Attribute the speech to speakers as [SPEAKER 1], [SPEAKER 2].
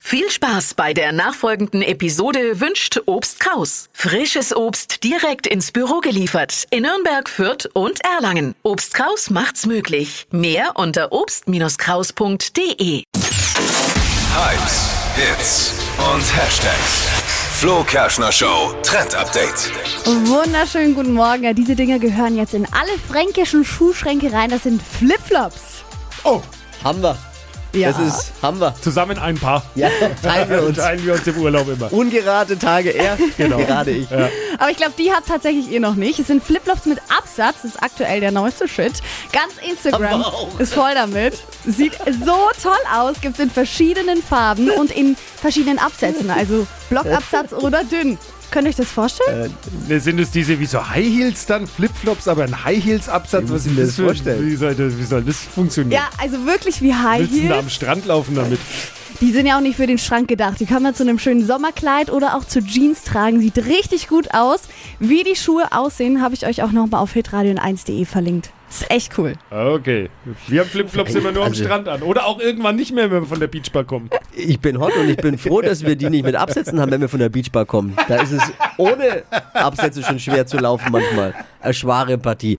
[SPEAKER 1] Viel Spaß bei der nachfolgenden Episode wünscht Obst Kraus. Frisches Obst direkt ins Büro geliefert in Nürnberg, Fürth und Erlangen. Obst Kraus macht's möglich. Mehr unter obst-kraus.de.
[SPEAKER 2] Hypes, Hits und Hashtags. Flo Kerschner Show Trend Update.
[SPEAKER 3] Wunderschönen guten Morgen. Ja, Diese Dinger gehören jetzt in alle fränkischen Schuhschränke rein. Das sind Flipflops.
[SPEAKER 4] Oh,
[SPEAKER 5] Haben wir.
[SPEAKER 3] Ja.
[SPEAKER 5] Das ist, haben wir.
[SPEAKER 4] zusammen ein Paar.
[SPEAKER 5] Ja, teilen wir uns.
[SPEAKER 4] Teilen wir uns im Urlaub immer.
[SPEAKER 5] Ungerade Tage er, gerade ich.
[SPEAKER 3] Aber ich glaube, die habt tatsächlich ihr noch nicht. Es sind Flipflops mit Absatz. Das ist aktuell der neueste Shit. Ganz Instagram
[SPEAKER 5] Haben wir auch.
[SPEAKER 3] ist voll damit. Sieht so toll aus. Gibt es in verschiedenen Farben und in verschiedenen Absätzen. Also Blockabsatz oder dünn. Könnt ihr euch das vorstellen?
[SPEAKER 5] Äh,
[SPEAKER 4] Ne, Sind es diese, wie so High Heels dann, Flipflops, aber ein High Heels Absatz?
[SPEAKER 5] Wie
[SPEAKER 4] Was
[SPEAKER 5] müssen wir
[SPEAKER 4] ist das
[SPEAKER 5] das
[SPEAKER 4] für,
[SPEAKER 5] vorstellen?
[SPEAKER 4] Wie soll das, wie soll das funktionieren?
[SPEAKER 3] Ja, also wirklich wie High
[SPEAKER 4] Willst du denn da
[SPEAKER 3] Heels.
[SPEAKER 4] am Strand laufen damit?
[SPEAKER 3] Die sind ja auch nicht für den Schrank gedacht. Die kann man zu einem schönen Sommerkleid oder auch zu Jeans tragen. Sieht richtig gut aus. Wie die Schuhe aussehen, habe ich euch auch nochmal auf hitradion1.de verlinkt. Ist echt cool.
[SPEAKER 4] Ah, Okay. Wir haben Flipflops immer nur am
[SPEAKER 5] Also-
[SPEAKER 4] Strand an. Oder auch irgendwann nicht mehr, wenn wir von der Beachbar kommen.
[SPEAKER 5] Ich bin hot und ich bin froh, dass wir die nicht mit Absätzen haben, wenn wir von der Beachbar kommen. Da ist es ohne Absätze schon schwer zu laufen manchmal. Eine schwere Partie.